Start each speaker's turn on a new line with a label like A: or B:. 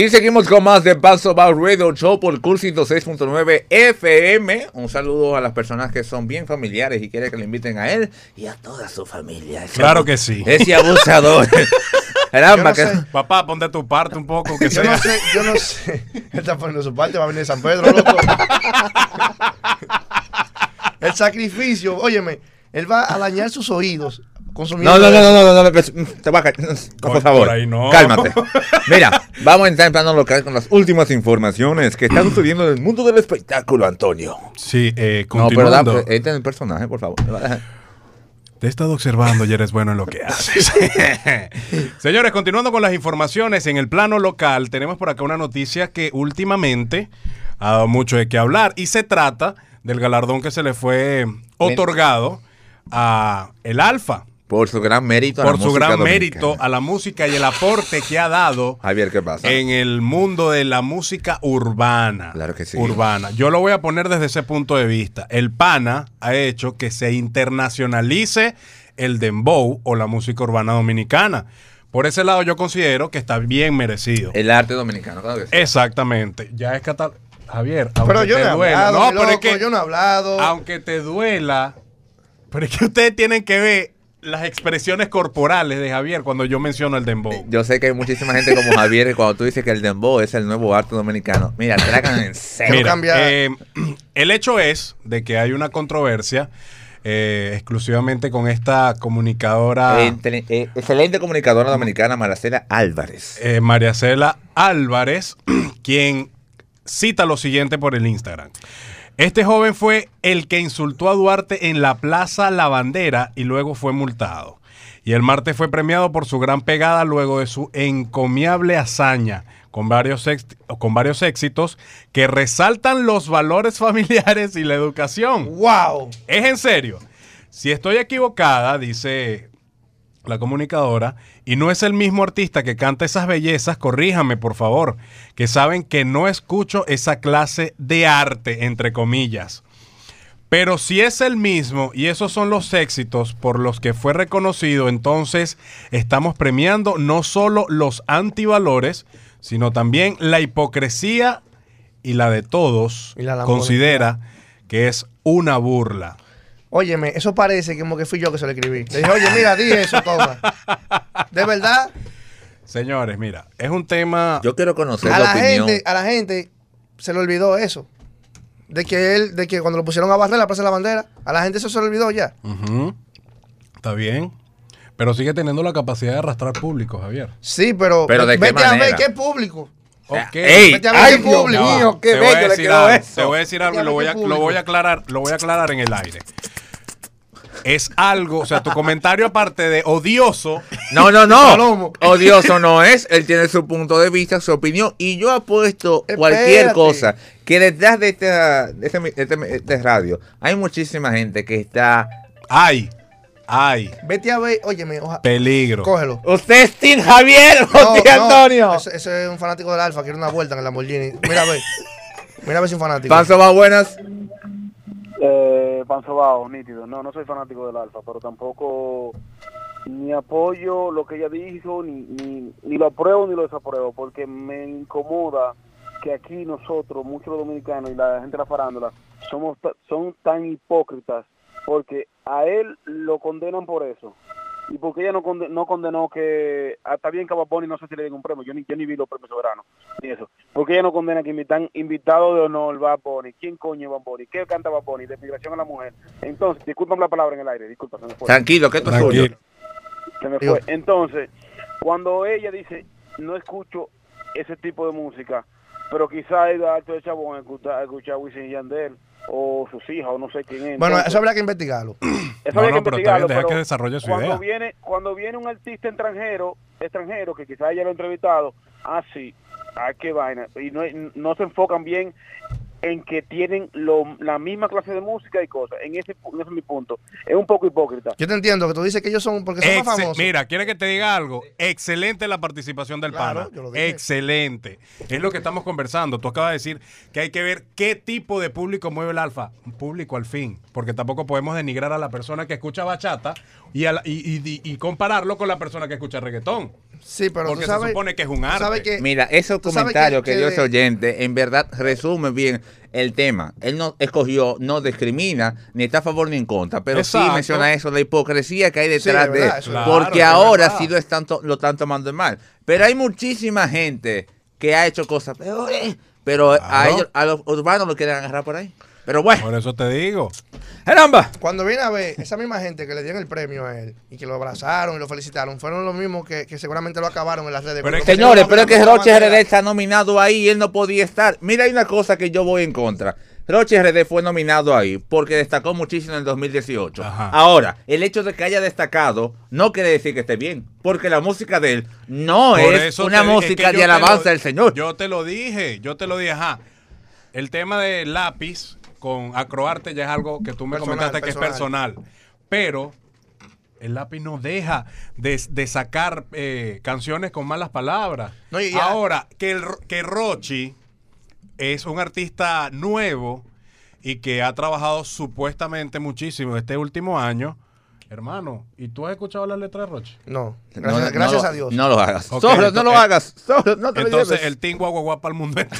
A: Y seguimos con más de Paso About Radio Show por Cursito 6.9 FM. Un saludo a las personas que son bien familiares y quieren que le inviten a él y a toda su familia. Ese
B: Claro
A: abu-
B: que sí.
A: Ese abusador.
C: Yo
A: Caramba,
C: no
A: que-
C: sé.
B: Papá, ponte tu parte un poco, que
C: Yo
B: sea.
C: no sé, yo no sé. Él está poniendo su parte, va a venir de San Pedro, loco. El sacrificio, óyeme, él va a dañar sus oídos consumiendo.
A: No, no, no, no, no, no, no, no, te baja, por
B: Por
A: favor,
B: ahí no.
A: cálmate. Mira, vamos a entrar en plano local con las últimas informaciones que están sucediendo en el mundo del espectáculo, Antonio.
B: Sí, eh,
A: No, pero da,
B: continuando.
A: este es el personaje, por favor.
B: Te he estado observando y eres bueno en lo que haces. Señores, continuando con las informaciones, en el plano local tenemos por acá una noticia que últimamente ha dado mucho de qué hablar y se trata del galardón que se le fue otorgado a el Alfa
A: Por su gran mérito. a la
B: por su
A: música
B: gran
A: dominicana.
B: mérito a la música y el aporte que ha dado
A: Javier, ¿qué pasa?
B: en el mundo de la música urbana.
A: Claro que sí.
B: Urbana. Yo lo voy a poner desde ese punto de vista. El PANA ha hecho que se internacionalice el dembow o la música urbana dominicana. Por ese lado yo considero que está bien merecido.
A: El arte dominicano, claro que sí.
B: Exactamente. Ya es catal... Javier, aunque
C: Pero yo
B: te
C: no he
B: duela-
C: hablado,
B: no,
C: mi
B: pero es
C: loco,
B: que
C: yo no he hablado.
B: aunque te duela, pero es que ustedes tienen que ver las expresiones corporales de Javier cuando yo menciono el dembow.
A: Yo sé que hay muchísima gente como Javier que cuando tú dices que el dembow es el nuevo arte dominicano. Mira, tragan en serio.
C: Pero
B: Mira,
C: cambia-
B: eh, el hecho es de que hay una controversia eh, exclusivamente con esta comunicadora
A: Entre- eh, excelente comunicadora dominicana, Maracela Álvarez.
B: eh, María Cela Álvarez, quien cita lo siguiente por el Instagram. Este joven fue el que insultó a Duarte en la Plaza La Bandera y luego fue multado. Y el martes fue premiado por su gran pegada luego de su encomiable hazaña, con varios, ex- con varios éxitos que resaltan los valores familiares y la educación.
C: ¡Wow!
B: Es en serio. Si estoy equivocada, dice la comunicadora, y no es el mismo artista que canta esas bellezas, corríjame por favor, que saben que no escucho esa clase de arte, entre comillas. Pero si es el mismo y esos son los éxitos por los que fue reconocido, entonces estamos premiando no solo los antivalores, sino también la hipocresía y la de todos
C: Y la lambonería.
B: considera que es una burla.
C: Óyeme, eso parece que como que fui yo que se lo escribí. Le dije, oye, mira, di eso, toma. De verdad,
B: Señores, mira, es un tema...
A: Yo quiero conocer
C: a
A: la
C: la
A: opinión.
C: gente, a la gente se le olvidó eso. De que él, de que cuando lo pusieron a barrer la Plaza de la Bandera, a la gente eso se le olvidó ya.
B: Ujú. Está bien. Pero sigue teniendo la capacidad de arrastrar público, Javier.
C: Sí, pero,
A: Pero, ¿de qué
C: vete a
A: manera?
C: ver qué público.
A: O sea,
B: Ok.
A: Ah, ¡Ey!
C: Vete a ver
A: ¡Ay,
C: qué
A: Dios
C: público.
A: mío! ¡Qué
B: Te voy a
A: bello le
B: decir
A: quedó
B: algo, Te
A: eso!
B: voy a decir algo y lo voy a, lo voy a aclarar, lo voy a aclarar en el aire. Es algo, o sea, tu comentario aparte de odioso,
A: No, no, no.
C: Palomo.
A: Odioso no es. Él tiene su punto de vista, su opinión. Y yo apuesto cualquier
C: Espérate.
A: cosa que detrás de esta, de este, mi- de este mi- de este radio hay muchísima gente que está.
B: hay, hay
C: Vete a ver, óyeme, oja-
B: peligro.
C: cógelo.
A: Usted es Tim Javier, o
C: No,
A: Tim
C: no,
A: Antonio.
C: Ese, ese es un fanático del Alfa, quiere una vuelta en el Lamborghini. Mira a ver. Mira a ver si es un fanático.
A: Paso más buenas.
D: Eh, Panzobao, nítido. No, no soy fanático del Alfa, pero tampoco ni apoyo lo que ella dijo, ni, ni, ni lo apruebo ni lo desapruebo, porque me incomoda que aquí nosotros, muchos los dominicanos y la gente de la farándula, somos ta- son tan hipócritas, porque a él lo condenan por eso. Y porque ella no, conde- no condenó que, hasta bien que a Bad Bunny no sé si le den un premio, yo ni, yo ni vi los premios soberanos, ni eso. Porque ella no condena que invitan invitado de honor Bad Bunny, ¿quién coño es Bad Bunny? ¿Qué canta Bad Bunny? Denigración a la mujer. Entonces, discúlpame la palabra en el aire, disculpa, se me fue.
A: Tranquilo, que esto es tuyo.
B: Tranquilo.
C: Eh,
D: Se me
C: Digo-
D: fue. Entonces, cuando ella dice, no escucho ese tipo de música, pero quizá hay acto de chabón a escuchar, a escuchar Wisin y Yandel o sus hijas o no sé quién es.
C: Bueno,
D: Entonces,
C: eso habrá que investigarlo.
D: eso
B: No,
D: había
B: no, pero está bien,
D: investigarlo,
B: deja que desarrolle su
D: cuando
B: idea.
D: Viene, cuando viene un artista extranjero, extranjero que quizás ya lo ha entrevistado, ah, sí, ah, qué vaina. Y no, no se enfocan bien en que tienen lo- la misma clase de música y cosas. En ese, pu- ese es mi punto. Es un poco hipócrita.
C: Yo te entiendo que tú dices que ellos son porque son más
B: Exce-
C: famosos.
B: Mira, quiere que te diga algo. Excelente la participación del
C: Claro,
B: pana.
C: yo lo dije.
B: Excelente. Es lo que estamos conversando. Tú acabas de decir que hay que ver qué tipo de público mueve el alfa. Un público al fin. Porque tampoco podemos denigrar a la persona que escucha bachata y, a la- y- y- y- y compararlo con la persona que escucha reggaetón.
C: Sí, pero
B: porque
C: tú sabes,
B: se supone que es un
C: tú
B: arte.
C: sabes que-
A: Mira, esos
C: tú sabes
A: comentarios que,
C: que-
A: dio
C: que-
A: ese oyente, en verdad, resumen bien el tema. Él no escogió, no discrimina, ni está a favor ni en contra, pero sí
B: Exacto.
A: menciona eso, la hipocresía que hay
C: Sí, de
A: detrás de,
C: verdad,
A: él.
C: eso es-
A: Porque
B: Claro, de
A: ahora
B: verdad.
A: sí lo están, to- lo están tomando en mal. Pero hay muchísima gente que ha hecho cosas peores, pero a,
B: Claro.
A: ellos, a los urbanos lo quieren agarrar por ahí. Pero bueno,
B: Por eso te digo.
A: caramba.
C: Cuando vine a ver, esa misma gente que le dieron el premio a él y que lo abrazaron y lo felicitaron, fueron los mismos que, que seguramente lo acabaron en las redes.
B: Pero es que-
A: Señores, pero es que Roche RD
C: Herrera
A: está nominado ahí y él no podía estar. Mira, hay una cosa que yo voy en contra. Roche RD fue nominado ahí porque destacó muchísimo en el 2018.
B: Ajá.
A: Ahora, el hecho de que haya destacado no quiere decir que esté bien, porque la música de él no
B: Por
A: es
B: eso
A: una
B: te dije, es que
A: música
B: yo
A: de
B: te lo-
A: alabanza del Señor.
B: Yo te lo dije, yo te lo dije, ajá. El tema de lápiz con acroarte ya es algo que tú me
C: Personal,
B: comentaste que es personal. Pero el lápiz no deja de, de sacar eh, canciones con malas palabras.
C: No, y- y-
B: Ahora, que, el, Ro- que Rochi es un artista nuevo y que ha trabajado supuestamente muchísimo este último año. Hermano, ¿y tú has escuchado las letras de Rochi?
C: No, gracias,
A: No, no,
C: gracias
A: no,
C: a Dios.
A: No lo hagas.
B: Ok,
A: Solo, no
B: entonces-
C: pues.
A: lo hagas. Solo, no te lo
B: Entonces,
A: lleves.
B: el team guagua para el mundo entero.